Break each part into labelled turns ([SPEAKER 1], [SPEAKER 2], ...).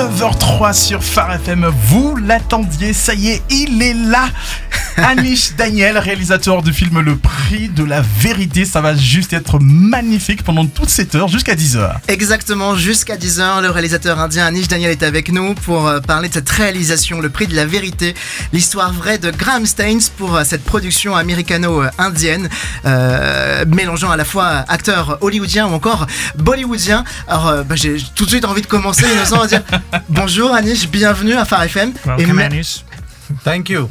[SPEAKER 1] 9h03 sur Phare FM. Vous l'attendiez, ça y est, il est là. Anish Daniel, réalisateur du film Le Prix de la Vérité. Ça va juste être magnifique pendant toute cette heure jusqu'à 10h.
[SPEAKER 2] Exactement, jusqu'à 10h, le réalisateur indien Anish Daniel est avec nous pour euh, parler de cette réalisation, Le Prix de la Vérité, l'histoire vraie de Graham Staines pour euh, cette production américano-indienne, euh, mélangeant à la fois acteurs hollywoodiens ou encore bollywoodiens. Alors, euh, bah, j'ai tout de suite envie de commencer, innocent, à dire bonjour Anish, bienvenue à Phare FM. Et
[SPEAKER 3] Welcome,
[SPEAKER 2] ma-
[SPEAKER 3] Anish.
[SPEAKER 4] Thank you.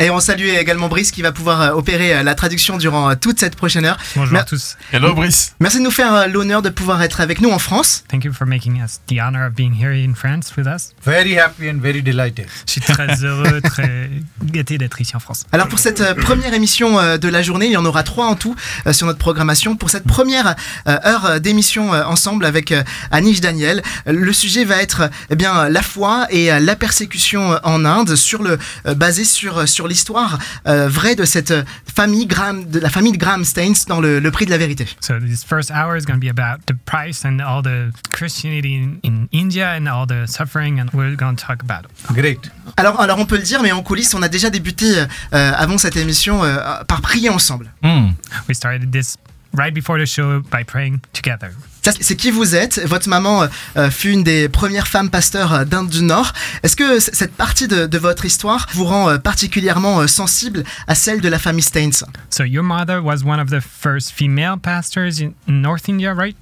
[SPEAKER 2] Et on salue également Brice qui va pouvoir euh, opérer euh, la traduction durant euh, toute cette prochaine heure.
[SPEAKER 3] Bonjour
[SPEAKER 2] Mer-
[SPEAKER 3] à tous.
[SPEAKER 1] Hello Brice.
[SPEAKER 2] Merci de nous faire euh, l'honneur de pouvoir être avec nous en France.
[SPEAKER 3] Thank you for making us the honor of being here in France with us.
[SPEAKER 4] Very happy and very delighted.
[SPEAKER 3] Je suis très heureux, très gâté d'être ici en France.
[SPEAKER 2] Alors pour cette euh, première émission euh, de la journée, il y en aura trois en tout euh, sur notre programmation. Pour cette première euh, heure euh, d'émission euh, ensemble avec euh, Anish Daniel, euh, le sujet va être euh, eh bien euh, la foi et euh, la persécution euh, en Inde, sur le euh, basé sur euh, sur l'histoire euh, vraie de cette euh, famille Graham, de la famille de Graham Staines dans le, le prix de la vérité.
[SPEAKER 3] So this first hour is going to be about the price and all the Christianity in, in India and all the suffering, and we're going to talk about it.
[SPEAKER 4] Great.
[SPEAKER 2] Alors, alors on peut le dire, mais en coulisses, on a déjà débuté euh, avant cette émission euh, par prier ensemble.
[SPEAKER 1] Hmm.
[SPEAKER 3] We started this right before the show by praying together.
[SPEAKER 2] Ça, c'est qui vous êtes. Votre maman euh, fut une des premières femmes pasteurs euh, d'Inde du Nord. Est-ce que c- cette partie de, de votre histoire vous rend euh, particulièrement euh, sensible à celle de la famille Staines
[SPEAKER 3] So your mother was one of the first female pastors in North India, right?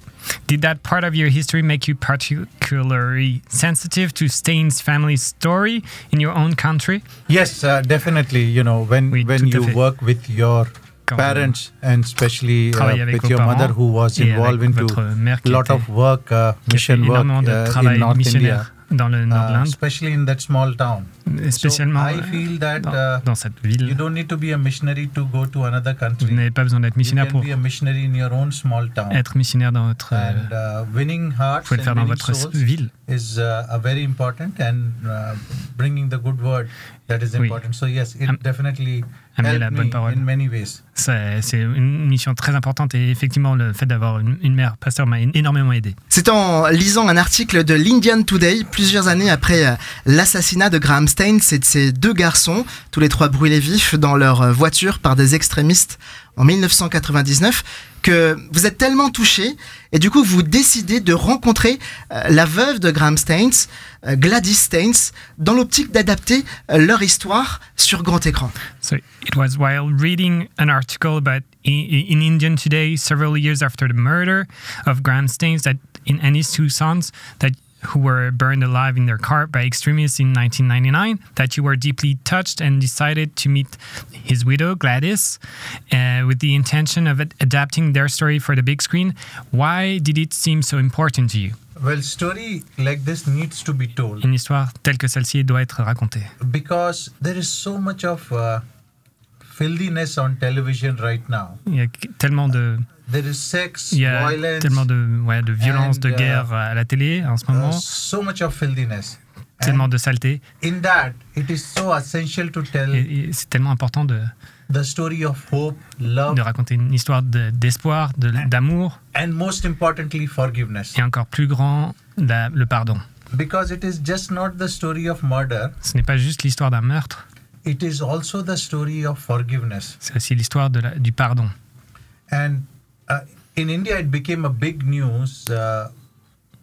[SPEAKER 3] Did that part of your history make you particularly sensitive to Stain's family story in your own country?
[SPEAKER 4] Yes, uh, definitely. You know, when
[SPEAKER 3] Oui,
[SPEAKER 4] when
[SPEAKER 3] tout à
[SPEAKER 4] you
[SPEAKER 3] fait.
[SPEAKER 4] work with your
[SPEAKER 3] Quand
[SPEAKER 4] parents and especially uh,
[SPEAKER 3] travaillez avec
[SPEAKER 4] with
[SPEAKER 3] vos
[SPEAKER 4] your mother
[SPEAKER 3] parents
[SPEAKER 4] who was
[SPEAKER 3] et avec
[SPEAKER 4] involved into
[SPEAKER 3] votre mère qui
[SPEAKER 4] lot
[SPEAKER 3] était-
[SPEAKER 4] of work,
[SPEAKER 3] qui
[SPEAKER 4] uh,
[SPEAKER 3] a fait
[SPEAKER 4] mission work
[SPEAKER 3] énormément de
[SPEAKER 4] uh, in
[SPEAKER 3] travail
[SPEAKER 4] North India,
[SPEAKER 3] missionnaire dans le nord de
[SPEAKER 4] uh,
[SPEAKER 3] l'Inde,
[SPEAKER 4] especially in that small town.
[SPEAKER 3] et spécialement euh,
[SPEAKER 4] I feel that,
[SPEAKER 3] dans,
[SPEAKER 4] uh,
[SPEAKER 3] dans cette
[SPEAKER 4] You
[SPEAKER 3] ville.
[SPEAKER 4] don't need to be a missionary to go to another
[SPEAKER 3] Vous
[SPEAKER 4] country.
[SPEAKER 3] n'avez pas besoin d'être
[SPEAKER 4] You
[SPEAKER 3] missionnaire
[SPEAKER 4] can
[SPEAKER 3] pour
[SPEAKER 4] be a missionary in your own small town.
[SPEAKER 3] être missionnaire dans votre... euh,
[SPEAKER 4] And
[SPEAKER 3] Vous
[SPEAKER 4] uh, winning hearts
[SPEAKER 3] pouvez le faire
[SPEAKER 4] and
[SPEAKER 3] dans
[SPEAKER 4] winning
[SPEAKER 3] votre
[SPEAKER 4] souls
[SPEAKER 3] ville.
[SPEAKER 4] is uh, a very important and uh, bringing the good word that is
[SPEAKER 3] Oui.
[SPEAKER 4] important. So yes, it
[SPEAKER 3] Am-
[SPEAKER 4] definitely
[SPEAKER 3] amener la
[SPEAKER 4] helped
[SPEAKER 3] bonne
[SPEAKER 4] me
[SPEAKER 3] parole.
[SPEAKER 4] in many ways.
[SPEAKER 3] Ça, C'est une mission très importante et effectivement, le fait d'avoir une, une mère pasteur m'a é- énormément aidé.
[SPEAKER 2] C'est en lisant un article de l'Indian Today, plusieurs années après euh, l'assassinat de Graham Staines et de ses deux garçons, tous les trois brûlés vifs dans leur euh, voiture par des extrémistes en 1999, que vous êtes tellement touché et du coup vous décidez de rencontrer euh, la veuve de Graham Staines, euh, Gladys Staines, dans l'optique d'adapter euh, leur histoire sur grand écran.
[SPEAKER 3] So it was while reading an article about i- i- in Indian Today several years after the murder of Graham Staines that in and his two sons that who were burned alive in their car by extremists in 1999 that you were deeply touched and decided to meet his widow Gladys uh, with the intention of ad- adapting their story for the big screen. Why did it seem so important to you?
[SPEAKER 4] Well, story like this needs to be told
[SPEAKER 3] Une histoire telle que celle-ci doit être racontée.
[SPEAKER 4] because there is so much of uh, filthiness on television right now.
[SPEAKER 3] Il y a tellement de
[SPEAKER 4] There is sex,
[SPEAKER 3] Il y a
[SPEAKER 4] violence, uh,
[SPEAKER 3] tellement de, ouais, de violence, de
[SPEAKER 4] and, uh,
[SPEAKER 3] guerre à la télé en ce
[SPEAKER 4] uh,
[SPEAKER 3] moment,
[SPEAKER 4] so much of filthiness.
[SPEAKER 3] tellement
[SPEAKER 4] And
[SPEAKER 3] de saleté.
[SPEAKER 4] in that, it is so essential to tell
[SPEAKER 3] Et, et c'est tellement important de,
[SPEAKER 4] the story of hope, love,
[SPEAKER 3] de raconter une histoire de- d'espoir, de- d'amour
[SPEAKER 4] and most importantly, forgiveness.
[SPEAKER 3] et encore plus grand, la- le pardon.
[SPEAKER 4] because it is just not the story of murder
[SPEAKER 3] Ce n'est pas juste l'histoire d'un meurtre,
[SPEAKER 4] it is also the story of forgiveness
[SPEAKER 3] c'est aussi l'histoire de la- du pardon.
[SPEAKER 4] and uh, in india it became a big news uh,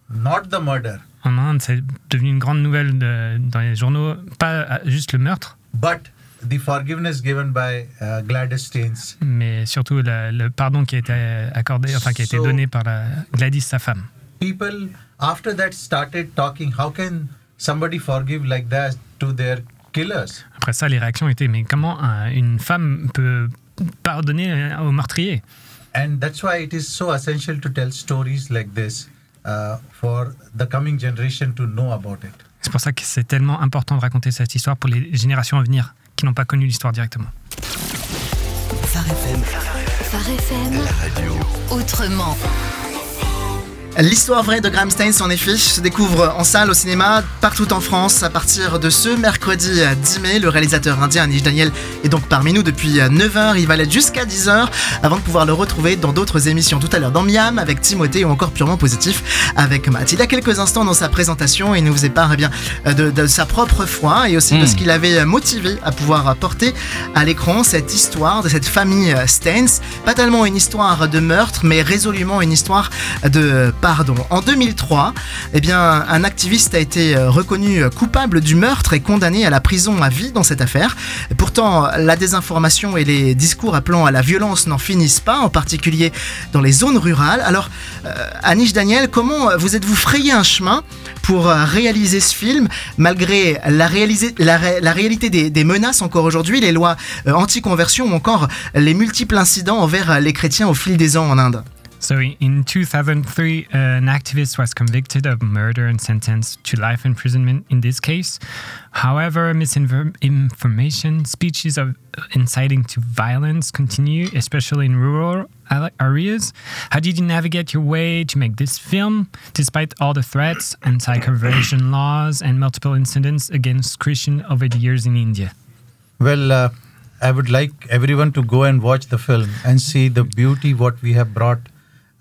[SPEAKER 4] not the murder
[SPEAKER 3] En Inde, c'est devenu une grande nouvelle de- dans les journaux, pas euh, juste le meurtre,
[SPEAKER 4] but the forgiveness given by uh, gladys staines
[SPEAKER 3] mais surtout la- le pardon qui a été accordé, enfin qui a été
[SPEAKER 4] So-
[SPEAKER 3] donné par la- Gladys, sa femme.
[SPEAKER 4] people after that started talking how can somebody forgive like that to their killers
[SPEAKER 3] Après ça, les réactions étaient mais comment euh, une femme peut pardonner euh, au meurtrier
[SPEAKER 4] and that's why it is so essential to tell stories like this uh, for the coming generation to know about it
[SPEAKER 3] C'est pour ça que c'est tellement important de raconter cette histoire pour les générations à venir qui n'ont pas connu l'histoire directement.
[SPEAKER 5] Phare FM. Phare FM. Autrement.
[SPEAKER 2] L'histoire vraie de Graham Staines, en effet, se découvre en salle au cinéma partout en France à partir de ce mercredi 10 mai. Le réalisateur indien Anish Daniel est donc parmi nous depuis 9h. Il va l'être jusqu'à 10h avant de pouvoir le retrouver dans d'autres émissions tout à l'heure dans Miam avec Timothée ou encore Purement Positif avec Matt. Il y a quelques instants dans sa présentation, il nous épare eh bien, de, de sa propre foi et aussi de
[SPEAKER 1] Mm.
[SPEAKER 2] ce qu'il avait motivé à pouvoir porter à l'écran cette histoire de cette famille Staines. Pas tellement une histoire de meurtre, mais résolument une histoire de pardon. En 2003, eh bien, un activiste a été euh, reconnu coupable du meurtre et condamné à la prison à vie dans cette affaire. Pourtant, la désinformation et les discours appelant à la violence n'en finissent pas, en particulier dans les zones rurales. Alors, euh, Anish Daniel, comment euh, vous êtes-vous frayé un chemin pour euh, réaliser ce film malgré la, réalisé- la, ré- la réalité des, des menaces encore aujourd'hui, les lois euh, anti-conversion ou encore les multiples incidents envers euh, les chrétiens au fil des ans en Inde
[SPEAKER 3] So i- in 2003, uh, an activist was convicted of murder and sentenced to life imprisonment in this case. However, misinformation, speeches of inciting to violence continue, especially in rural ale- areas. How did you navigate your way to make this film, despite all the threats, anti-conversion laws, and multiple incidents against Christian over the years in India?
[SPEAKER 4] Well, uh, I would like everyone to go and watch the film and see the beauty what we have brought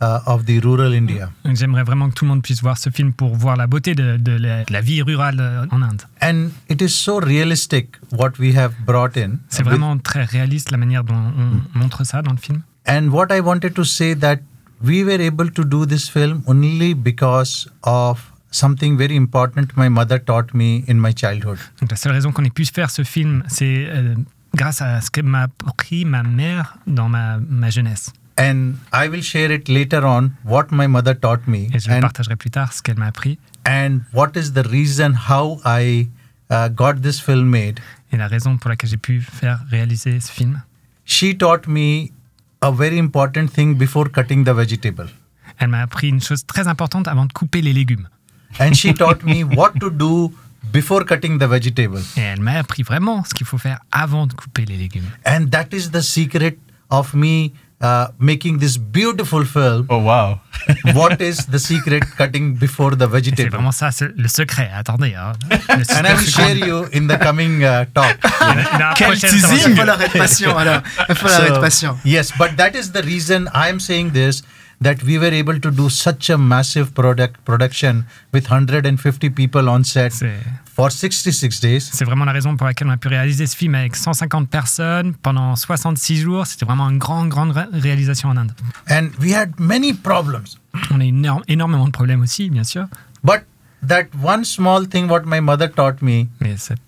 [SPEAKER 4] uh, of the rural India.
[SPEAKER 3] Donc, J'aimerais vraiment que tout le monde puisse voir ce film pour voir la beauté de- de la- de la vie rurale euh, en Inde.
[SPEAKER 4] And it is so realistic what we have brought in.
[SPEAKER 3] C'est vraiment très réaliste la manière dont on montre ça dans le film.
[SPEAKER 4] And what I wanted to say that we were able to do this film only because of something very important my mother taught me in my childhood.
[SPEAKER 3] Donc la seule raison qu'on ait pu faire ce film, c'est euh, grâce à ce que m'a appris ma mère dans ma, ma jeunesse.
[SPEAKER 4] And I will share it later on what my mother taught me
[SPEAKER 3] Et je
[SPEAKER 4] and,
[SPEAKER 3] partagerai plus tard ce qu'elle m'a appris
[SPEAKER 4] and what is the reason how I uh, got this film made.
[SPEAKER 3] et la raison pour laquelle j'ai pu faire réaliser ce film.
[SPEAKER 4] she taught me a very important thing before cutting the vegetable
[SPEAKER 3] Elle m'a appris une chose très importante avant de couper les légumes.
[SPEAKER 4] and she taught me what to do before cutting the vegetable
[SPEAKER 3] Et elle m'a appris vraiment ce qu'il faut faire avant de couper les légumes.
[SPEAKER 4] and that is the secret of me uh, making this beautiful film
[SPEAKER 1] Oh wow.
[SPEAKER 4] what is the secret cutting before the
[SPEAKER 3] Et c'est
[SPEAKER 4] vegetable
[SPEAKER 3] vraiment ça, c'est le secret. Attendez. hein. Le
[SPEAKER 4] and i
[SPEAKER 3] secret.
[SPEAKER 4] will share you in the coming uh, talk
[SPEAKER 3] Il y en a- il y en a un
[SPEAKER 1] Quel
[SPEAKER 3] prochain-
[SPEAKER 1] teasing
[SPEAKER 2] Il faut leur être patient, alors. Il faut leur
[SPEAKER 4] So,
[SPEAKER 2] être patient.
[SPEAKER 4] yes but that is the reason i am saying this that we were able to do such a massive product production with 150 people on set
[SPEAKER 3] C'est-
[SPEAKER 4] for 66 days
[SPEAKER 3] C'est vraiment la raison pour laquelle on a pu réaliser ce film avec 150 personnes pendant 66 jours. C'était vraiment une grande, grande ré- réalisation en Inde.
[SPEAKER 4] and we had many problems
[SPEAKER 3] On a eu énorme- énormément de problèmes aussi, bien sûr.
[SPEAKER 4] but that one small thing what my mother taught me
[SPEAKER 3] Mais cette-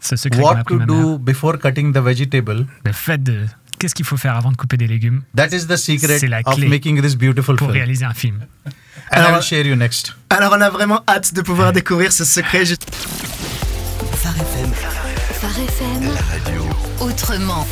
[SPEAKER 3] ce secret qu'on a
[SPEAKER 4] what
[SPEAKER 3] appris
[SPEAKER 4] to
[SPEAKER 3] ma mère,
[SPEAKER 4] do before cutting the vegetable
[SPEAKER 3] le fait de qu'est-ce qu'il faut faire avant de couper des légumes
[SPEAKER 4] that is the secret
[SPEAKER 3] C'est la
[SPEAKER 4] of
[SPEAKER 3] clé
[SPEAKER 4] making this beautiful
[SPEAKER 3] pour
[SPEAKER 4] film and
[SPEAKER 3] réaliser un film.
[SPEAKER 4] i will
[SPEAKER 2] Alors-
[SPEAKER 4] share you next
[SPEAKER 2] Alors, on a vraiment hâte de pouvoir découvrir ce secret. Je-
[SPEAKER 5] Phare FM,
[SPEAKER 6] Phare FM,
[SPEAKER 5] autrement.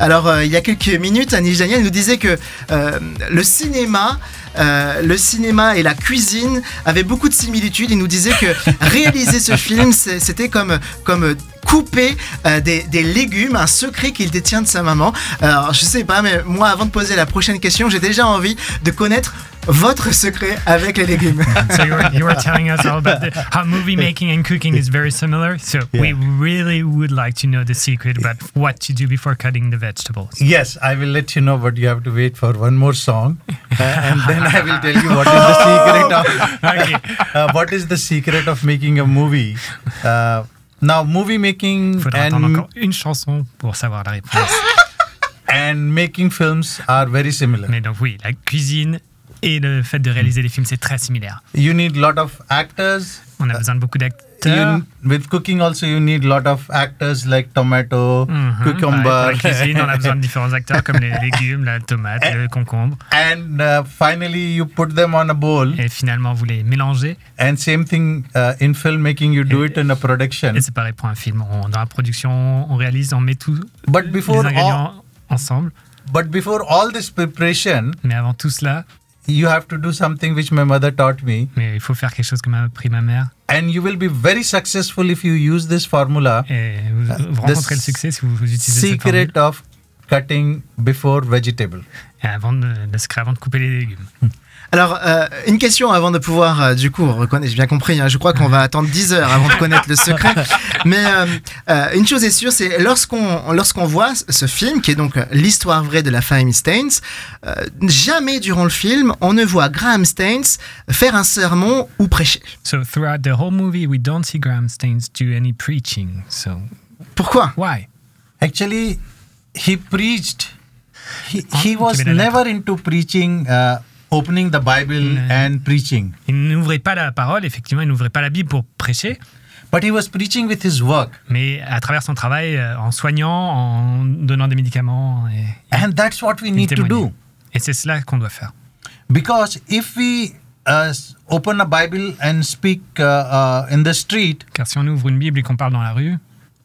[SPEAKER 2] Alors, euh, il y a quelques minutes, Annie Daniel nous disait que euh, le cinéma. euh, le cinéma et la cuisine avaient beaucoup de similitudes. Il nous disait que réaliser ce film, c'est- c'était comme, comme couper euh, des, des légumes, un secret qu'il détient de sa maman. Alors, je sais pas, mais moi, avant de poser la prochaine question, j'ai déjà envie de connaître votre secret avec les légumes.
[SPEAKER 3] So you were, you were telling us all about the, how movie making and cooking is very similar. So we really would like to know the secret about what to do before cutting the vegetables.
[SPEAKER 4] yes i will let you know but you have to wait for one more song uh, and then i will tell you what is the secret of
[SPEAKER 3] Okay.
[SPEAKER 4] uh, what is the secret of making a movie uh, now movie making
[SPEAKER 3] Il faudra attendre
[SPEAKER 4] and
[SPEAKER 3] encore une chanson pour savoir la réponse.
[SPEAKER 4] and making films are very similar
[SPEAKER 3] Mais donc oui, la cuisine et le fait de réaliser des films, c'est très similaire.
[SPEAKER 4] you need lot of actors
[SPEAKER 3] On a besoin de beaucoup d'acteurs.
[SPEAKER 4] you, with cooking also you need lot of actors like tomato
[SPEAKER 3] Mhm.
[SPEAKER 4] cucumber
[SPEAKER 3] Ouais, pour la cuisine, on a besoin de différents acteurs comme les légumes, la tomate, le concombre.
[SPEAKER 4] and uh, finally you put them on a bowl
[SPEAKER 3] Et finalement, vous les mélangez.
[SPEAKER 4] and same thing uh, in filmmaking you do it in a production
[SPEAKER 3] Et c'est pareil pour un film. On- dans la production, on réalise, on met tous
[SPEAKER 4] but
[SPEAKER 3] les
[SPEAKER 4] before all,
[SPEAKER 3] ingrédients ensemble.
[SPEAKER 4] but before all this preparation
[SPEAKER 3] Mais avant tout cela,
[SPEAKER 4] you have to do something which my mother taught me
[SPEAKER 3] mais il faut faire quelque chose que m'a appris ma mère.
[SPEAKER 4] and you will be very successful if you use this formula
[SPEAKER 3] Et vous, vous rencontrez le succès si vous, vous utilisez cette
[SPEAKER 4] Ah, secret
[SPEAKER 3] formule.
[SPEAKER 4] of cutting before vegetable
[SPEAKER 3] Et avant de, le secret avant de couper les légumes.
[SPEAKER 2] Alors, euh, une question avant de pouvoir, euh, du coup, reconnaître, j'ai bien compris, hein, je crois qu'on va attendre 10 heures avant de connaître le secret. Mais euh, euh, une chose est sûre, c'est lorsqu'on lorsqu'on voit ce film, qui est donc euh, l'histoire vraie de la famille Staines, euh, jamais durant le film, on ne voit Graham Staines faire un sermon ou prêcher.
[SPEAKER 3] So throughout the whole movie, we don't see Graham Staines do any preaching. So
[SPEAKER 2] Pourquoi
[SPEAKER 3] why?
[SPEAKER 4] Actually, he preached. He, he
[SPEAKER 3] Ah,
[SPEAKER 4] was
[SPEAKER 3] give me the
[SPEAKER 4] never into preaching, uh, opening the Bible and preaching.
[SPEAKER 3] Il n'ouvrait pas la parole, effectivement, il n'ouvrait pas la Bible pour prêcher,
[SPEAKER 4] But he was preaching with his work.
[SPEAKER 3] mais à travers son travail, euh, en soignant, en donnant des médicaments, et,
[SPEAKER 4] And that's what we
[SPEAKER 3] il
[SPEAKER 4] need to
[SPEAKER 3] témoignait.
[SPEAKER 4] do.
[SPEAKER 3] Et c'est cela qu'on doit faire.
[SPEAKER 4] Because if we uh, s- open a Bible and speak uh, uh, in the street,
[SPEAKER 3] Car si on ouvre une Bible et qu'on parle dans la rue,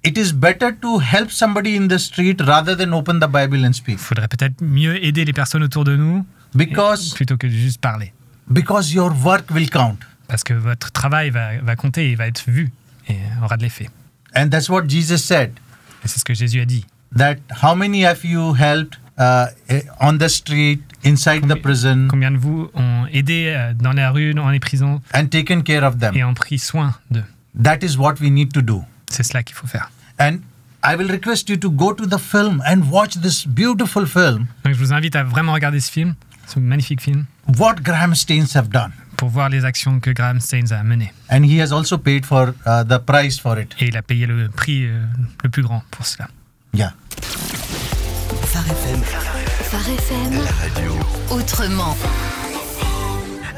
[SPEAKER 4] it is better to help somebody in the street rather than open the Bible and speak.
[SPEAKER 3] il faudrait peut-être mieux aider les personnes autour de nous et-
[SPEAKER 4] Because
[SPEAKER 3] plutôt que de juste parler.
[SPEAKER 4] because your work will count.
[SPEAKER 3] Parce que votre travail va, va compter et va être vu et aura de l'effet.
[SPEAKER 4] And that's what Jesus said
[SPEAKER 3] Et c'est ce que Jésus a dit.
[SPEAKER 4] that how many of you helped uh, eh, on the street, inside the
[SPEAKER 3] Combien-
[SPEAKER 4] prison,
[SPEAKER 3] Combien de vous ont aidé euh, dans la rue, dans les prisons
[SPEAKER 4] and taken care of them?
[SPEAKER 3] et ont pris soin d'eux
[SPEAKER 4] That is what we need to do.
[SPEAKER 3] C'est cela qu'il faut faire.
[SPEAKER 4] And I will request you to go to the film and watch this beautiful film,
[SPEAKER 3] Donc je vous invite à vraiment regarder ce film, ce magnifique film,
[SPEAKER 4] what Graham Staines have done.
[SPEAKER 3] pour voir les actions que Graham Staines a menées.
[SPEAKER 4] And he has also paid for uh, the price for it.
[SPEAKER 3] Et il a payé le prix euh, le plus grand pour cela.
[SPEAKER 4] Yeah.
[SPEAKER 5] Phare FM. Phare FM. Autrement.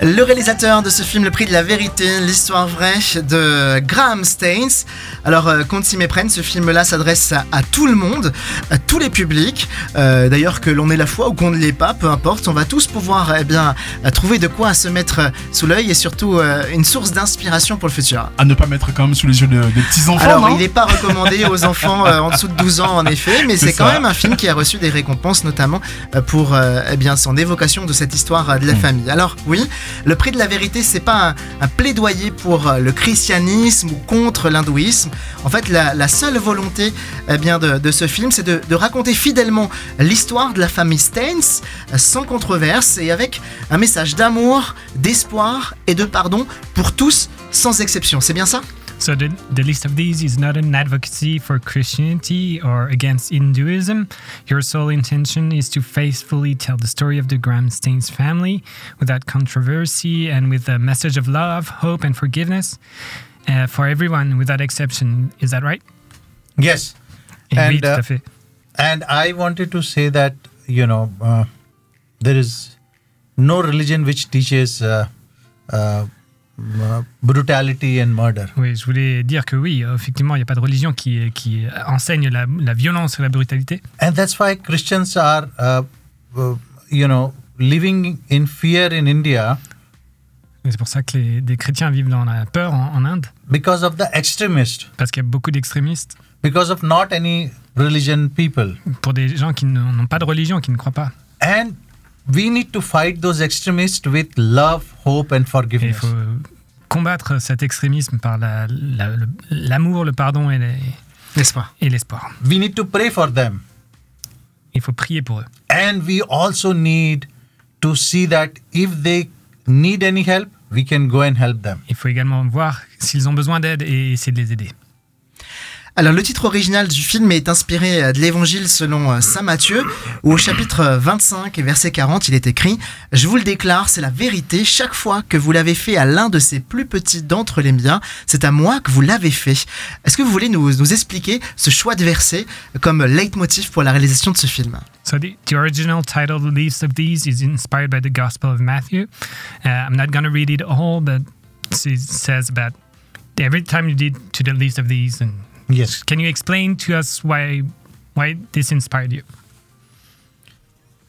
[SPEAKER 2] Le réalisateur de ce film, Le Prix de la Vérité, l'histoire vraie de Graham Staines. Alors, euh, qu'on ne s'y méprenne, ce film-là s'adresse à, à tout le monde, à tous les publics. Euh, D'ailleurs, que l'on ait la foi ou qu'on ne l'ait pas, peu importe, on va tous pouvoir eh bien, euh, trouver de quoi se mettre euh, sous l'œil et surtout euh, une source d'inspiration pour le futur.
[SPEAKER 1] À ne pas mettre quand même sous les yeux de- des petits enfants.
[SPEAKER 2] Alors,
[SPEAKER 1] non
[SPEAKER 2] il n'est pas recommandé aux enfants euh, en dessous de 12 ans, en effet, mais
[SPEAKER 1] C'est
[SPEAKER 2] c'est quand
[SPEAKER 1] ça.
[SPEAKER 2] même un film qui a reçu des récompenses, notamment euh, pour euh, eh bien, son évocation de cette histoire euh, de la
[SPEAKER 1] Mm.
[SPEAKER 2] famille. Alors, oui, le prix de la vérité, c'est pas un, un plaidoyer pour euh, le christianisme ou contre l'hindouisme. En fait, la, la seule volonté eh bien, de, de ce film, c'est de, de raconter fidèlement l'histoire de la famille Staines, euh, sans controverse et avec un message d'amour, d'espoir et de pardon pour tous, sans exception. C'est bien ça
[SPEAKER 3] So the, the list of these is not an advocacy for Christianity or against Hinduism. Your sole intention is to faithfully tell the story of the Graham Staines family without controversy and with a message of love, hope, and forgiveness uh, for everyone without exception. Is that right?
[SPEAKER 4] Yes.
[SPEAKER 3] Et oui,
[SPEAKER 4] And,
[SPEAKER 3] tout à
[SPEAKER 4] uh,
[SPEAKER 3] fait.
[SPEAKER 4] And I wanted to say that, you know, uh, there is no religion which teaches uh, uh, uh, brutality and murder.
[SPEAKER 3] Oui, je voulais dire que oui, euh, effectivement, il n'y a pas de religion qui, qui enseigne la, la violence et la brutalité.
[SPEAKER 4] And that's why Christians are, uh, uh, you know, living in fear in India
[SPEAKER 3] Et C'est pour ça que les, des chrétiens vivent dans la peur en, en Inde,
[SPEAKER 4] because of the extremist,
[SPEAKER 3] parce qu'il y a beaucoup d'extrémistes
[SPEAKER 4] because of not any religion people.
[SPEAKER 3] pour des gens qui n'ont n'ont pas de religion, qui ne croient pas.
[SPEAKER 4] And we need to fight those extremists with love, hope, and
[SPEAKER 3] Et il
[SPEAKER 4] forgiveness.
[SPEAKER 3] faut combattre cet extrémisme par la- la- le- l'amour, le pardon et les-
[SPEAKER 2] N'est-ce pas
[SPEAKER 3] et l'espoir.
[SPEAKER 4] We need to pray for them.
[SPEAKER 3] il faut prier pour eux.
[SPEAKER 4] And we also need to see that if they need any help, we can go and help them.
[SPEAKER 3] Il faut également voir s'ils ont besoin d'aide et essayer de les aider.
[SPEAKER 2] Alors le titre original du film est inspiré euh, de l'évangile selon euh, Saint Matthieu, où au chapitre euh, 25 et verset 40 il est écrit ⁇ Je vous le déclare, c'est la vérité, chaque fois que vous l'avez fait à l'un de ces plus petits d'entre les miens, c'est à moi que vous l'avez fait. ⁇ Est-ce que vous voulez nous, nous expliquer ce choix de verset comme leitmotiv pour la réalisation de ce film
[SPEAKER 3] So the, the original title list of these is inspired by the Gospel of Matthew. Uh, I'm not going to read it all, but it says about every time you did to the list of these. And
[SPEAKER 4] Yes.
[SPEAKER 3] can you explain to us why why this inspired you?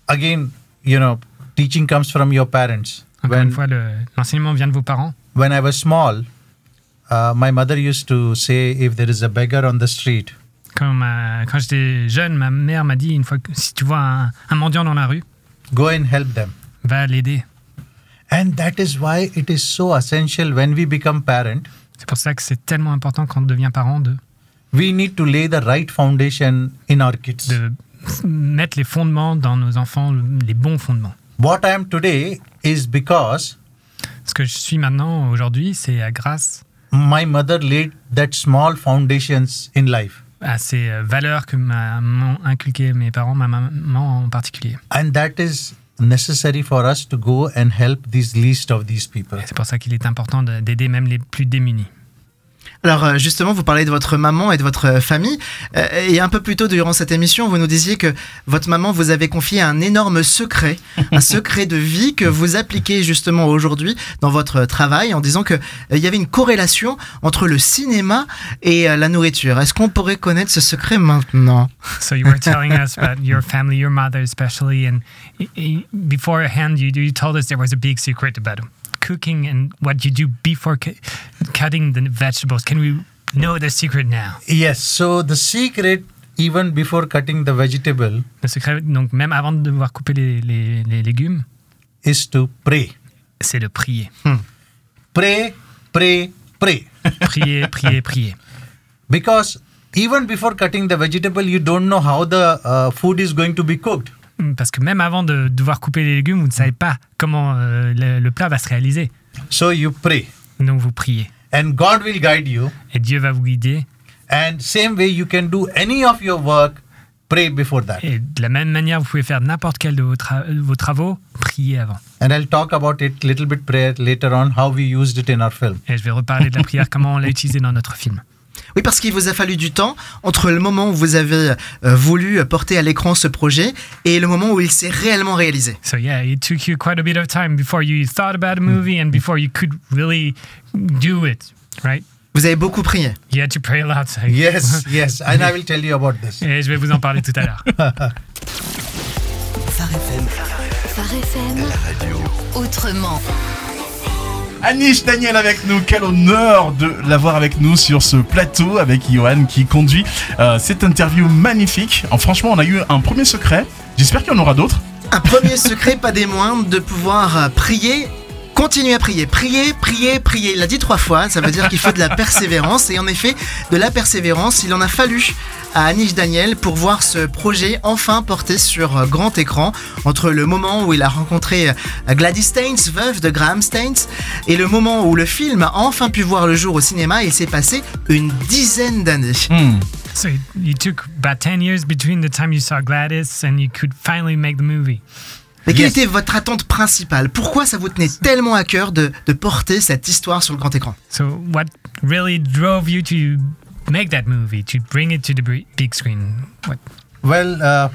[SPEAKER 4] Again, you know, teaching comes from your parents.
[SPEAKER 3] Encore
[SPEAKER 4] When
[SPEAKER 3] une fois, le- l'enseignement vient de vos parents.
[SPEAKER 4] when I was small, uh, my mother used to say, if there is a beggar on the street,
[SPEAKER 3] Quand, ma- quand j'étais jeune, ma mère m'a dit une fois que si tu vois un, un mendiant dans la rue,
[SPEAKER 4] go and help them.
[SPEAKER 3] va l'aider.
[SPEAKER 4] And that is why it is so essential when we become parent,
[SPEAKER 3] C'est pour ça que c'est tellement important quand on devient parent de,
[SPEAKER 4] we need to lay the right foundation in our kids.
[SPEAKER 3] de mettre les fondements dans nos enfants, les bons fondements.
[SPEAKER 4] What I am today is because
[SPEAKER 3] Ce que je suis maintenant, aujourd'hui, c'est à grâce
[SPEAKER 4] my mother laid that small foundations in life.
[SPEAKER 3] à ces euh, valeurs que m'ont inculquées mes parents, ma maman en particulier.
[SPEAKER 4] And that is necessary for us to go and help these least of these people.
[SPEAKER 3] Et C'est pour ça qu'il est important de- d'aider même les plus démunis.
[SPEAKER 2] Alors euh, justement, vous parlez de votre maman et de votre euh, famille. Euh, et un peu plus tôt durant cette émission, vous nous disiez que votre maman vous avait confié un énorme secret, un secret de vie que vous appliquez justement aujourd'hui dans votre travail en disant que euh, il y avait une corrélation entre le cinéma et euh, la nourriture. Est-ce qu'on pourrait connaître ce secret maintenant
[SPEAKER 3] So you were telling us about your family, your mother especially, and i- i- beforehand you, you told us there was a big secret about cooking and what you do before cu- cutting the vegetables. Can we know the secret now?
[SPEAKER 4] Yes, so the secret, even before cutting the vegetable,
[SPEAKER 3] Le secret, donc même avant de devoir couper les, les- les légumes,
[SPEAKER 4] is to pray.
[SPEAKER 3] c'est de prier.
[SPEAKER 4] Pray, pray, pray.
[SPEAKER 3] Prier, prier, prier.
[SPEAKER 4] Because even before cutting the vegetable, you don't know how the uh, food is going to be cooked.
[SPEAKER 3] Parce que même avant de devoir couper les légumes, vous ne savez pas comment euh, le, le plat va se réaliser.
[SPEAKER 4] So you pray,
[SPEAKER 3] Donc vous priez.
[SPEAKER 4] and God will guide you.
[SPEAKER 3] Et Dieu va vous guider.
[SPEAKER 4] And same way, you can do any of your work, pray before that.
[SPEAKER 3] Et de la même manière, vous pouvez faire n'importe quel de vos, tra- vos travaux, priez avant.
[SPEAKER 4] And I'll talk about it little bit prayer later on how we used it in our film.
[SPEAKER 3] Et je vais reparler de la prière, comment on l'a utilisée dans notre film.
[SPEAKER 2] Oui, parce qu'il vous a fallu du temps entre le moment où vous avez euh, voulu porter à l'écran ce projet et le moment où il s'est réellement réalisé.
[SPEAKER 3] So yeah, it took you quite a bit of time before you thought about a movie and before you could really do it, right?
[SPEAKER 2] Vous avez beaucoup prié.
[SPEAKER 3] You had to pray a lot. so-
[SPEAKER 4] Yes, yes, and I will tell you about this.
[SPEAKER 3] Et je vais vous en parler tout à l'heure.
[SPEAKER 5] Phare FM. Phare FM. Autrement.
[SPEAKER 1] Anish Daniel avec nous, quel honneur de l'avoir avec nous sur ce plateau avec Johan qui conduit euh, cette interview magnifique. En, franchement, on a eu un premier secret, j'espère qu'il y en aura d'autres.
[SPEAKER 2] Un premier secret, pas des moindres, de pouvoir euh, prier. Continuer à prier, prier, prier, prier. Il l'a dit trois fois, ça veut dire qu'il faut de la persévérance. Et en effet, de la persévérance, il en a fallu à Anish Daniel pour voir ce projet enfin porté sur euh, grand écran. Entre le moment où il a rencontré euh, Gladys Staines, veuve de Graham Staines, et le moment où le film a enfin pu voir le jour au cinéma, il s'est passé une dizaine d'années.
[SPEAKER 3] So it, you took about 10 years between the time you saw Gladys and you could finally make the movie.
[SPEAKER 2] Mais quelle
[SPEAKER 4] Yes.
[SPEAKER 2] était votre attente principale Pourquoi ça vous tenait tellement à cœur de, de porter cette histoire sur le grand écran
[SPEAKER 3] So what really drove you to make that movie, to bring it to the bri- big screen? What?
[SPEAKER 4] Well, uh,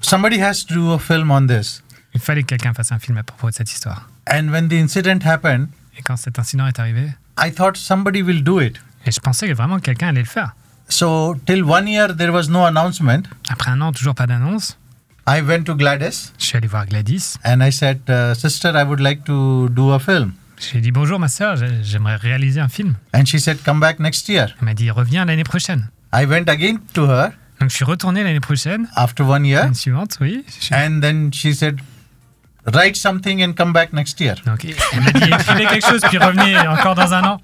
[SPEAKER 4] somebody has to do a film on this.
[SPEAKER 3] Il fallait que quelqu'un fasse un film à propos de cette histoire.
[SPEAKER 4] And when the incident happened,
[SPEAKER 3] Et quand cet incident est arrivé,
[SPEAKER 4] I thought somebody will do it.
[SPEAKER 3] et je pensais que vraiment quelqu'un allait le faire.
[SPEAKER 4] So till one year there was no announcement.
[SPEAKER 3] Après un an, toujours pas d'annonce.
[SPEAKER 4] I went to Gladys
[SPEAKER 3] Je suis allé voir Gladys.
[SPEAKER 4] and I said, uh, "Sister, I would like to do a film."
[SPEAKER 3] J'ai dit bonjour ma sœur, j'ai- j'aimerais réaliser un film.
[SPEAKER 4] And she said, "Come back next year."
[SPEAKER 3] Elle m'a dit reviens l'année prochaine.
[SPEAKER 4] I went again to her
[SPEAKER 3] Donc je suis retourné l'année prochaine,
[SPEAKER 4] after one year,
[SPEAKER 3] l'année suivante, oui. Je suis-
[SPEAKER 4] and then she said, "Write something and come back next year."
[SPEAKER 3] Donc elle m'a dit écrivez quelque chose puis revenez encore dans un an.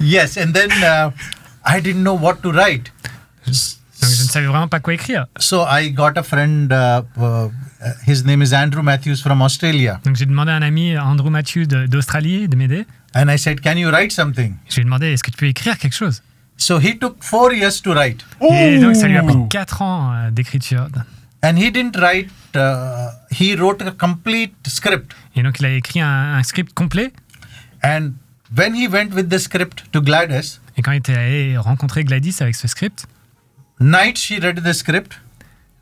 [SPEAKER 4] Yes, and then uh, I didn't know what to write.
[SPEAKER 3] Donc je ne savais vraiment pas quoi écrire.
[SPEAKER 4] So I got a friend, uh, uh, his name is Andrew Matthews from Australia.
[SPEAKER 3] Donc j'ai demandé à un ami Andrew Matthews de- d'Australie de m'aider.
[SPEAKER 4] And I said, Can you write something?
[SPEAKER 3] Je lui ai demandé est-ce que tu peux écrire quelque chose.
[SPEAKER 4] So he took four years to write.
[SPEAKER 3] Et donc ça lui a
[SPEAKER 1] Ouh.
[SPEAKER 3] pris 4 ans euh, d'écriture.
[SPEAKER 4] And he didn't write, uh, he wrote a complete script.
[SPEAKER 3] Et donc il a écrit un, un script complet.
[SPEAKER 4] And when he went with the script to Gladys,
[SPEAKER 3] Et quand il était allé rencontrer Gladys avec ce script,
[SPEAKER 4] night she read the script,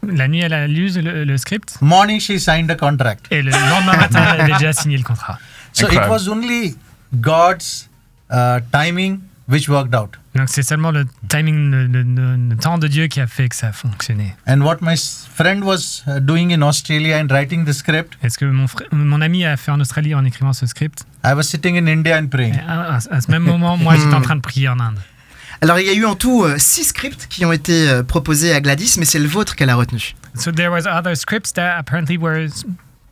[SPEAKER 3] la nuit elle a lu le- le script
[SPEAKER 4] morning she signed a contract.
[SPEAKER 3] et le lendemain matin elle avait déjà signé le contrat.
[SPEAKER 4] So it
[SPEAKER 1] Incredible.
[SPEAKER 4] was only God's uh, timing which worked out.
[SPEAKER 3] Donc c'est seulement le timing, le, le- le- le temps de Dieu qui a fait que ça a fonctionné.
[SPEAKER 4] And what my s- friend was uh, doing in Australia and writing the script,
[SPEAKER 3] Est-ce que mon, frère- mon ami a fait en Australie en écrivant ce script
[SPEAKER 4] I was sitting in India and praying.
[SPEAKER 3] Et à, à- à ce même moment, moi j'étais en train de prier en Inde.
[SPEAKER 2] Alors il y a eu en tout euh, six scripts qui ont été euh, proposés à Gladys, mais c'est le vôtre qu'elle a retenu.
[SPEAKER 3] So there was other scripts that apparently were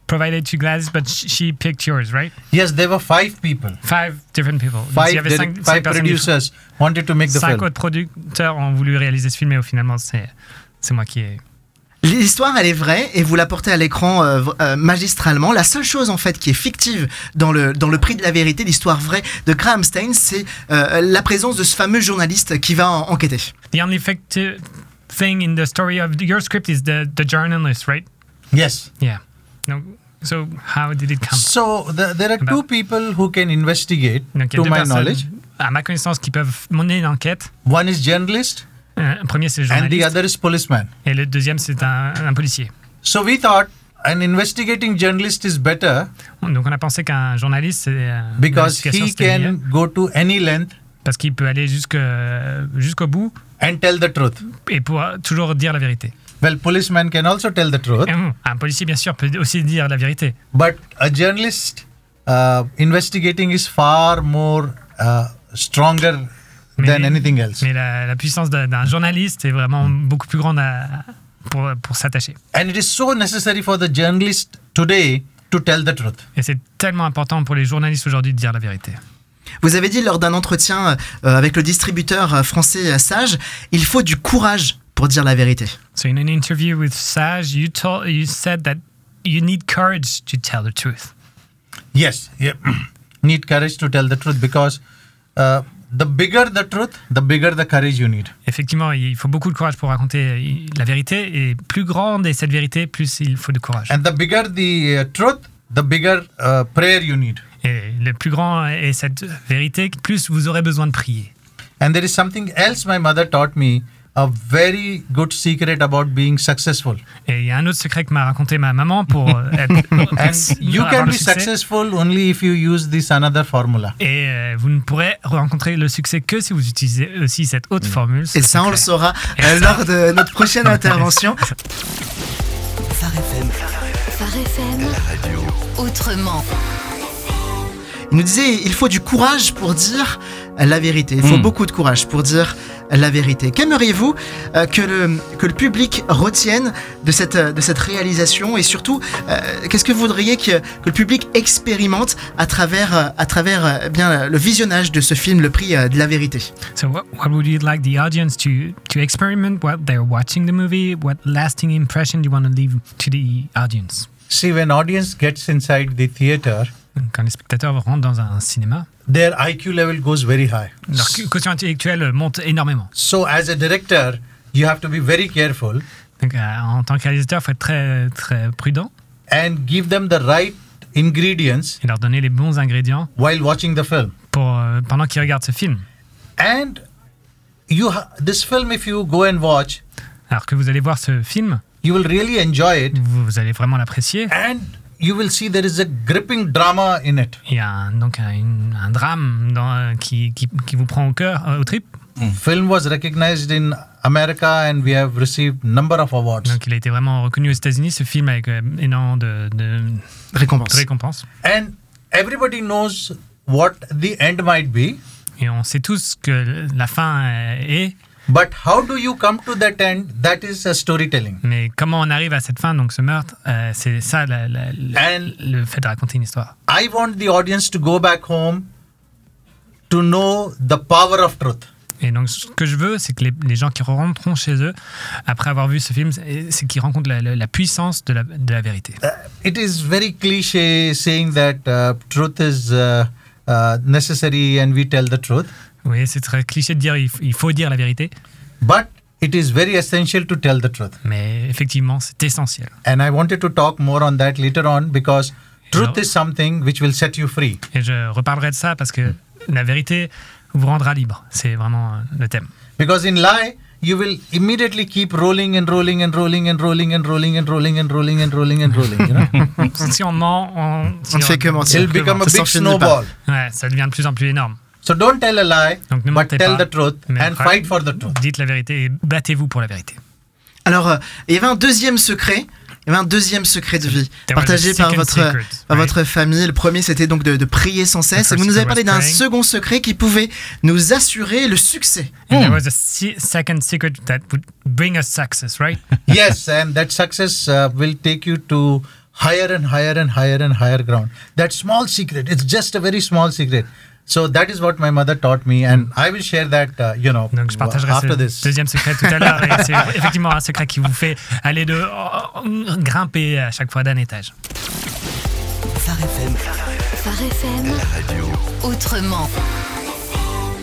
[SPEAKER 3] provided to Gladys, but sh- she picked yours, right?
[SPEAKER 4] Yes, there were five people.
[SPEAKER 3] Five different people. Donc, il
[SPEAKER 4] Five,
[SPEAKER 3] y avait
[SPEAKER 4] direct-
[SPEAKER 3] cinq, cinq
[SPEAKER 4] five
[SPEAKER 3] personnes différentes.
[SPEAKER 4] producers wanted to make the
[SPEAKER 3] Cinq
[SPEAKER 4] film.
[SPEAKER 3] autres producteurs ont voulu réaliser ce film, et au finalement c'est c'est moi qui ai
[SPEAKER 2] L'histoire, elle est vraie et vous la portez à l'écran euh, v- euh, magistralement. La seule chose en fait qui est fictive dans le dans le prix de la vérité, l'histoire vraie de Graham Stein, c'est euh, la présence de ce fameux journaliste qui va en- enquêter.
[SPEAKER 3] The only fictive thing in the story of your script is the, the journalist, right?
[SPEAKER 4] Yes.
[SPEAKER 3] Yeah. No. So how did it come?
[SPEAKER 4] So the, there are two people who can investigate,
[SPEAKER 3] Donc, il y a
[SPEAKER 4] to
[SPEAKER 3] deux
[SPEAKER 4] my
[SPEAKER 3] personnes,
[SPEAKER 4] knowledge.
[SPEAKER 3] à ma connaissance, qui peuvent mener une enquête.
[SPEAKER 4] One is journalist,
[SPEAKER 3] Euh, Un premier, c'est le
[SPEAKER 4] and the
[SPEAKER 3] journaliste.
[SPEAKER 4] other is policeman.
[SPEAKER 3] Et le deuxième, c'est un, un policier.
[SPEAKER 4] So we thought an investigating journalist is better
[SPEAKER 3] Donc, on a pensé qu'un journaliste, c'est. euh, une
[SPEAKER 4] because
[SPEAKER 3] investigation,
[SPEAKER 4] he
[SPEAKER 3] c'était mieux,
[SPEAKER 4] can go to any length
[SPEAKER 3] Parce qu'il peut aller jusque- jusqu'au bout
[SPEAKER 4] and tell the truth.
[SPEAKER 3] et pour euh, toujours dire la vérité.
[SPEAKER 4] Well, policeman can also tell the truth,
[SPEAKER 3] Et bon, un policier, bien sûr, peut aussi dire la vérité.
[SPEAKER 4] but a journalist uh, investigating is far more uh, stronger than
[SPEAKER 3] Mais-
[SPEAKER 4] anything else.
[SPEAKER 3] Mais la, la puissance d'un d'un journaliste est vraiment
[SPEAKER 4] Mm.
[SPEAKER 3] beaucoup plus grande à- pour, pour s'attacher.
[SPEAKER 4] And it is so necessary for the journalist today to tell the truth.
[SPEAKER 3] Et c'est tellement important pour les journalistes aujourd'hui de dire la vérité.
[SPEAKER 2] Vous avez dit lors d'un entretien euh, avec le distributeur euh, français euh, Sage, il faut du courage pour dire la vérité.
[SPEAKER 3] So in an interview with Sage, you told you said that you need courage to tell the truth.
[SPEAKER 4] Yes, yeah. need courage to tell the truth because uh, the bigger the truth, the bigger the courage you need.
[SPEAKER 3] Effectivement, il faut beaucoup de courage pour raconter euh, la vérité et plus grande est cette vérité, plus il faut de courage.
[SPEAKER 4] And the bigger the uh, truth, the bigger uh, prayer you need.
[SPEAKER 3] Et le plus grand est cette vérité, plus vous aurez besoin de prier.
[SPEAKER 4] And there is something else my mother taught me a very good secret about being successful.
[SPEAKER 3] Et il y a un autre secret que m'a raconté ma maman pour euh, être
[SPEAKER 4] And you
[SPEAKER 3] avoir
[SPEAKER 4] can
[SPEAKER 3] le
[SPEAKER 4] be
[SPEAKER 3] succès.
[SPEAKER 4] successful only if you use this another formula.
[SPEAKER 3] Et euh, vous ne pourrez rencontrer le succès que si vous utilisez aussi cette haute
[SPEAKER 4] Mm.
[SPEAKER 3] formule. ce
[SPEAKER 2] Et ça, on le
[SPEAKER 3] secret.
[SPEAKER 2] saura euh, lors de notre prochaine intervention.
[SPEAKER 5] Phare FM. Phare FM. Autrement.
[SPEAKER 2] Il nous disait il faut du courage pour dire la vérité. Il faut beaucoup de courage pour dire la vérité. Qu'aimeriez-vous euh, que, le, que le public retienne de cette, euh, de cette réalisation et surtout, euh, qu'est-ce que vous voudriez que, que le public expérimente à travers, euh, à travers euh, bien, euh, le visionnage de ce film, Le prix euh, de la vérité
[SPEAKER 3] So what, what would you like the audience to to experiment while they're watching the movie? What lasting impression do you want to leave to the audience?
[SPEAKER 4] See, when audience gets inside the theater,
[SPEAKER 3] Donc, Quand les spectateurs rentrent dans un cinéma,
[SPEAKER 4] their IQ level goes very high.
[SPEAKER 3] leur cu- quotient intellectuel monte énormément.
[SPEAKER 4] So, as a director, you have to be very careful
[SPEAKER 3] Donc euh, en tant que réalisateur, il faut être très très prudent
[SPEAKER 4] and give them the right ingredients
[SPEAKER 3] et leur donner les bons ingrédients
[SPEAKER 4] while watching the film.
[SPEAKER 3] pour euh, pendant qu'ils regardent ce film.
[SPEAKER 4] And you, ha- this film, if you go and watch,
[SPEAKER 3] Alors que vous allez voir ce film,
[SPEAKER 4] you will really enjoy it,
[SPEAKER 3] vous, vous allez vraiment l'apprécier.
[SPEAKER 4] and you will see there is a gripping drama in it.
[SPEAKER 3] Il y a un- donc un, une- un drame dans, euh, qui, qui, qui vous prend au cœur, euh, au trip.
[SPEAKER 4] Film was recognized in America, and we have received number of awards.
[SPEAKER 3] Donc il a été vraiment reconnu aux États-Unis, ce film, avec euh, énormément de, de
[SPEAKER 2] Récompense.
[SPEAKER 3] récompenses.
[SPEAKER 4] And everybody knows what the end might be,
[SPEAKER 3] Et on sait tous que la fin euh, est,
[SPEAKER 4] but how do you come to that end? That is a storytelling.
[SPEAKER 3] mais comment on arrive à cette fin, donc ce meurtre, euh, c'est ça la- la- la-
[SPEAKER 4] And-
[SPEAKER 3] le fait de raconter une histoire.
[SPEAKER 4] I want the audience to go back home to know the power of truth.
[SPEAKER 3] Et donc ce que je veux, c'est que les, les gens qui rentreront chez eux, après avoir vu ce film, c'est c'est qu'ils rencontrent la, la- la puissance de la, de la vérité.
[SPEAKER 4] it is very cliche saying that uh, truth is uh, uh, necessary and we tell the truth
[SPEAKER 3] Oui, c'est très cliché de dire il f- il faut dire la vérité,
[SPEAKER 4] but it is very essential to tell the truth
[SPEAKER 3] mais effectivement, c'est essentiel.
[SPEAKER 4] and i wanted to talk more on that later on because truth
[SPEAKER 3] Sure.
[SPEAKER 4] is something which will set you free
[SPEAKER 3] Et je reparlerai de ça parce que la vérité vous rendra libre. C'est vraiment euh, le thème.
[SPEAKER 4] because in lie you will immediately keep rolling and rolling and rolling and rolling and rolling and rolling and rolling and rolling and rolling you know
[SPEAKER 3] si on ment, on, si
[SPEAKER 2] Mm. On ne fait que mentir.
[SPEAKER 4] it'll become a
[SPEAKER 2] Ça
[SPEAKER 4] big
[SPEAKER 2] s'enchaîne pas.
[SPEAKER 4] snowball
[SPEAKER 3] Ouais, ça devient de plus en plus énorme.
[SPEAKER 4] so don't tell a lie
[SPEAKER 3] Donc ne
[SPEAKER 4] but
[SPEAKER 3] mentez
[SPEAKER 4] tell
[SPEAKER 3] pas.
[SPEAKER 4] the truth
[SPEAKER 3] mais
[SPEAKER 4] and
[SPEAKER 3] ra-
[SPEAKER 4] fight for the truth
[SPEAKER 3] Dites la vérité et battez-vous pour la vérité.
[SPEAKER 2] Alors, euh, il y avait un deuxième secret. Il y avait un deuxième secret de vie
[SPEAKER 3] There was a
[SPEAKER 2] partagé par
[SPEAKER 3] second
[SPEAKER 2] votre, euh,
[SPEAKER 3] secret,
[SPEAKER 2] par
[SPEAKER 3] right?
[SPEAKER 2] votre famille. Le premier, c'était donc de, de prier sans cesse.
[SPEAKER 3] The
[SPEAKER 2] Et vous
[SPEAKER 3] first
[SPEAKER 2] nous avez
[SPEAKER 3] was
[SPEAKER 2] parlé d'un
[SPEAKER 3] praying.
[SPEAKER 2] second secret qui pouvait nous assurer le succès.
[SPEAKER 4] Hmm.
[SPEAKER 3] And there was a se- second secret that would bring us success, right?
[SPEAKER 4] yes and that success uh, will take you to higher and higher and higher and higher ground that small secret it's just a very small secret So that is what my mother taught me, and I will share that, uh, you know,
[SPEAKER 3] Donc, je partagerai
[SPEAKER 4] after
[SPEAKER 3] ce
[SPEAKER 4] this.
[SPEAKER 3] deuxième secret tout à l'heure. et c'est effectivement un secret qui vous fait aller de oh, grimper à chaque fois d'un étage.
[SPEAKER 5] Phare FM. Phare FM. Autrement.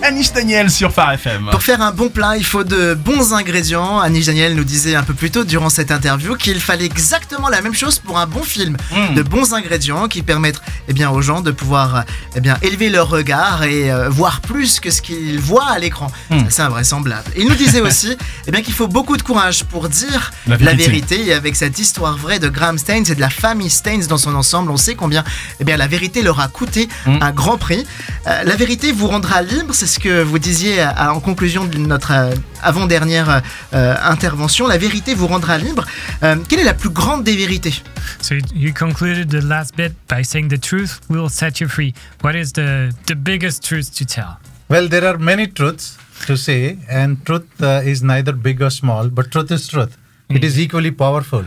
[SPEAKER 1] Anish Daniel sur Phare FM.
[SPEAKER 2] Pour faire un bon plat, il faut de bons ingrédients. Annie Daniel nous disait un peu plus tôt durant cette interview qu'il fallait exactement la même chose pour un bon film.
[SPEAKER 1] Mm.
[SPEAKER 2] De bons ingrédients qui permettent eh bien, aux gens de pouvoir eh bien, élever leur regard et euh, voir plus que ce qu'ils voient à l'écran.
[SPEAKER 1] Mm.
[SPEAKER 2] Ça, C'est invraisemblable. Il nous disait aussi eh bien, qu'il faut beaucoup de courage pour dire
[SPEAKER 1] La
[SPEAKER 2] la
[SPEAKER 1] vérité.
[SPEAKER 2] vérité. Et avec cette histoire vraie de Graham Staines et de la famille Staines dans son ensemble, on sait combien eh bien, la vérité leur a coûté
[SPEAKER 1] Mm.
[SPEAKER 2] un grand prix. Euh, la vérité vous rendra libre, c'est ce que vous disiez euh, en conclusion de notre euh, avant-dernière euh, intervention. La vérité vous rendra libre. Euh, quelle est la plus grande des vérités
[SPEAKER 3] So you- you concluded the last bit by saying the truth will set you free. What is the, the biggest truth to tell?
[SPEAKER 4] Well, there are many truths to say, and truth uh, is neither big or small, but truth is truth. It is equally powerful.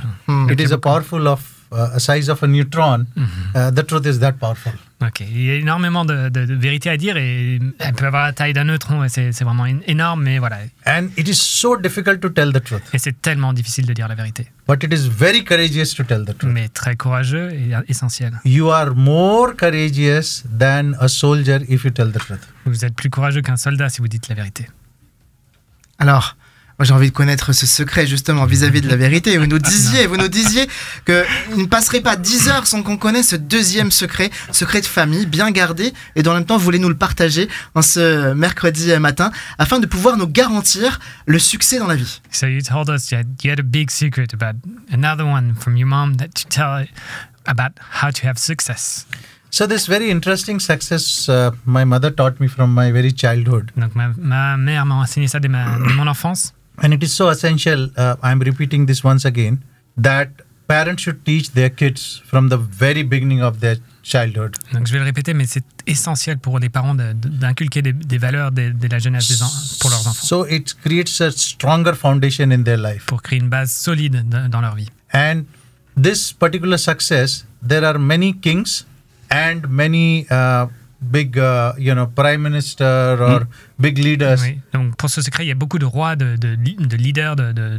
[SPEAKER 4] It is a powerful of uh, a size of a neutron. Uh, the truth is that powerful.
[SPEAKER 3] Ok, il y a énormément de, de, de vérité à dire et elle peut avoir la taille d'un neutron et c'est c'est vraiment é- énorme, mais voilà.
[SPEAKER 4] And it is so difficult to tell the truth,
[SPEAKER 3] Et c'est tellement difficile de dire la vérité,
[SPEAKER 4] but it is very courageous to tell the truth.
[SPEAKER 3] mais très courageux et essentiel.
[SPEAKER 4] You are more courageous than a soldier if you tell the truth.
[SPEAKER 3] Vous êtes plus courageux qu'un soldat si vous dites la vérité.
[SPEAKER 2] Alors. moi, J'ai envie de connaître ce secret justement vis-à-vis de la vérité. Vous nous disiez, vous nous disiez que il ne passerait pas 10 heures sans qu'on connaisse ce deuxième secret, secret de famille, bien gardé, et dans le même temps, vous voulez nous le partager en ce mercredi matin afin de pouvoir nous garantir le succès dans la vie.
[SPEAKER 3] So you told us that you had a big secret about another one from your mom that you tell about how to have success.
[SPEAKER 4] So this very interesting success uh, my mother taught me from my very childhood,
[SPEAKER 3] Donc ma, ma mère m'a enseigné ça dès, ma- dès mon enfance.
[SPEAKER 4] and it is so essential. Uh, I'm repeating this once again that parents should teach their kids from the very beginning of their childhood.
[SPEAKER 3] Donc je vais le répéter, mais c'est essentiel pour les parents de- de- d'inculquer des, des valeurs dès, dès la jeunesse des en- pour leurs enfants,
[SPEAKER 4] So it creates a stronger foundation in their life.
[SPEAKER 3] pour créer une base solide dans- dans leur vie.
[SPEAKER 4] And this particular success, there are many kings and many uh, big, uh, you know, prime minister or big leaders.
[SPEAKER 3] Oui. Donc pour ce secret, il y a beaucoup de rois, de, de, li- de leaders, de, de, de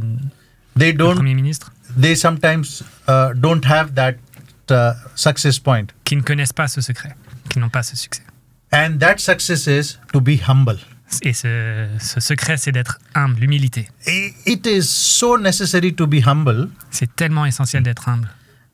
[SPEAKER 4] They don't.
[SPEAKER 3] premiers ministres
[SPEAKER 4] They sometimes uh, don't have that uh, success point.
[SPEAKER 3] qui ne connaissent pas ce secret, qui n'ont pas ce succès.
[SPEAKER 4] And that success is to be humble.
[SPEAKER 3] Et ce, ce secret, c'est d'être humble, l'humilité.
[SPEAKER 4] I- It is so necessary to be humble
[SPEAKER 3] C'est tellement essentiel d'être humble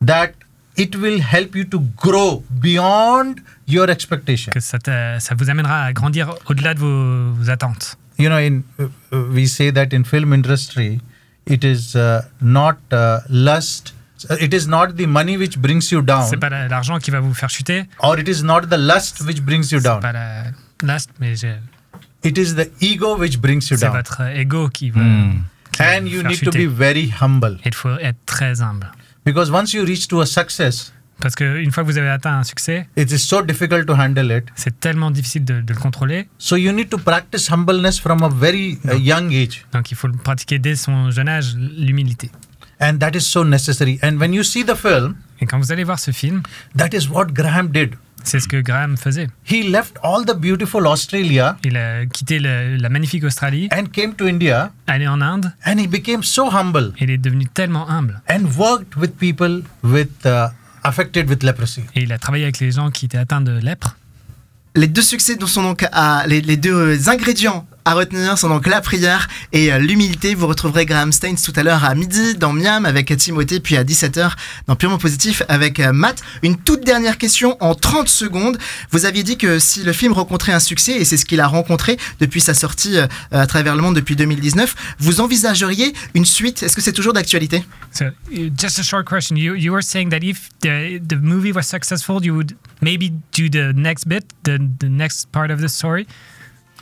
[SPEAKER 4] that it will help you to grow beyond your expectation.
[SPEAKER 3] que ça, t'a- ça vous amènera à grandir au-delà de vos, vos attentes.
[SPEAKER 4] You know, in uh, uh, we say that in film industry, it is uh, not uh, lust. It is not the money which brings you down,
[SPEAKER 3] C'est pas la- l'argent qui va vous faire chuter,
[SPEAKER 4] or it is not the lust which brings you
[SPEAKER 3] c'est
[SPEAKER 4] down.
[SPEAKER 3] pas la last, mais je-
[SPEAKER 4] It is the ego which brings you
[SPEAKER 3] c'est
[SPEAKER 4] down.
[SPEAKER 3] votre ego qui va.
[SPEAKER 1] Hmm.
[SPEAKER 3] qui va
[SPEAKER 4] And
[SPEAKER 3] vous
[SPEAKER 4] you
[SPEAKER 3] faire
[SPEAKER 4] need to
[SPEAKER 3] chuter.
[SPEAKER 4] be very humble
[SPEAKER 3] Il faut être très humble
[SPEAKER 4] because once you reach to a success,
[SPEAKER 3] parce qu'une fois que vous avez atteint un succès,
[SPEAKER 4] it is so difficult to handle it.
[SPEAKER 3] c'est tellement difficile de- de le contrôler
[SPEAKER 4] So you need to practice humbleness from a very uh, young age,
[SPEAKER 3] Donc il faut le pratiquer dès son jeune âge, l'humilité.
[SPEAKER 4] and that is so necessary. And when you see the film,
[SPEAKER 3] Et quand vous allez voir ce film,
[SPEAKER 4] that is what Graham did.
[SPEAKER 3] c'est ce que Graham faisait.
[SPEAKER 4] He left all the beautiful Australia
[SPEAKER 3] Il a quitté le- la magnifique Australie,
[SPEAKER 4] and came to India,
[SPEAKER 3] allé en Inde,
[SPEAKER 4] and he became so humble
[SPEAKER 3] il est devenu tellement humble.
[SPEAKER 4] and worked with people with uh, affected with leprosy.
[SPEAKER 3] Et il a travaillé avec les gens qui étaient atteints de lèpre.
[SPEAKER 2] Les deux succès dont sont donc à, les, les deux euh, ingrédients à retenir sont donc la prière et euh, l'humilité. Vous retrouverez Graham Steins tout à l'heure à midi dans Miam avec Timothée, puis à 17h dans Purement Positif avec euh, Matt. Une toute dernière question en 30 secondes. Vous aviez dit que si le film rencontrait un succès, et c'est ce qu'il a rencontré depuis sa sortie euh, à travers le monde depuis 2019, vous envisageriez une suite. Est-ce que c'est toujours d'actualité
[SPEAKER 3] So, you- just a short question. You, you were saying that if the, the movie was successful, you would maybe do the next bit, the, the next part of the story.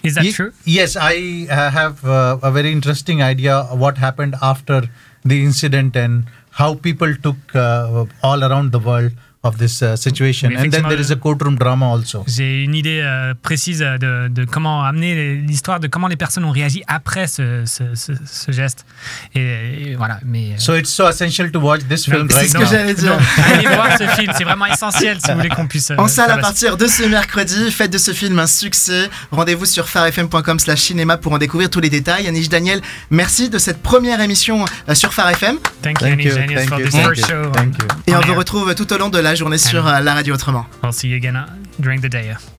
[SPEAKER 3] Is that
[SPEAKER 4] Ye-
[SPEAKER 3] true?
[SPEAKER 4] Yes, I uh, have uh, a very interesting idea of what happened after the incident and how people took uh, all around the world of this uh, situation.
[SPEAKER 3] Mais
[SPEAKER 4] And then there is a courtroom drama also.
[SPEAKER 3] J'ai une idée euh, précise euh, de, de comment amener les- l'histoire, de comment les personnes ont réagi après ce, ce- ce- ce geste. Et, et voilà, mais... euh,
[SPEAKER 4] So it's so essential to watch this film
[SPEAKER 3] non, c'est
[SPEAKER 4] right
[SPEAKER 2] ce
[SPEAKER 4] now.
[SPEAKER 2] que j'allais dire.
[SPEAKER 3] non, allez voir ce film, c'est vraiment essentiel si vous voulez qu'on puisse... euh,
[SPEAKER 2] En salle à
[SPEAKER 3] faire la suite.
[SPEAKER 2] partir de ce mercredi, faites de ce film un succès. Rendez-vous sur farfm.com slash cinéma pour en découvrir tous les détails. Anish Daniel, merci de cette première émission euh, sur Farfm.
[SPEAKER 3] Thank you,
[SPEAKER 4] Thank
[SPEAKER 3] Annie
[SPEAKER 4] you,
[SPEAKER 3] Genius,
[SPEAKER 4] thank
[SPEAKER 3] for
[SPEAKER 4] you,
[SPEAKER 3] this
[SPEAKER 4] thank
[SPEAKER 3] first
[SPEAKER 4] you,
[SPEAKER 3] show.
[SPEAKER 4] thank you.
[SPEAKER 2] Et on
[SPEAKER 3] On
[SPEAKER 2] vous
[SPEAKER 3] air.
[SPEAKER 2] retrouve tout au long de la journée sur euh, la radio autrement.
[SPEAKER 3] I'll see you again uh, during the day.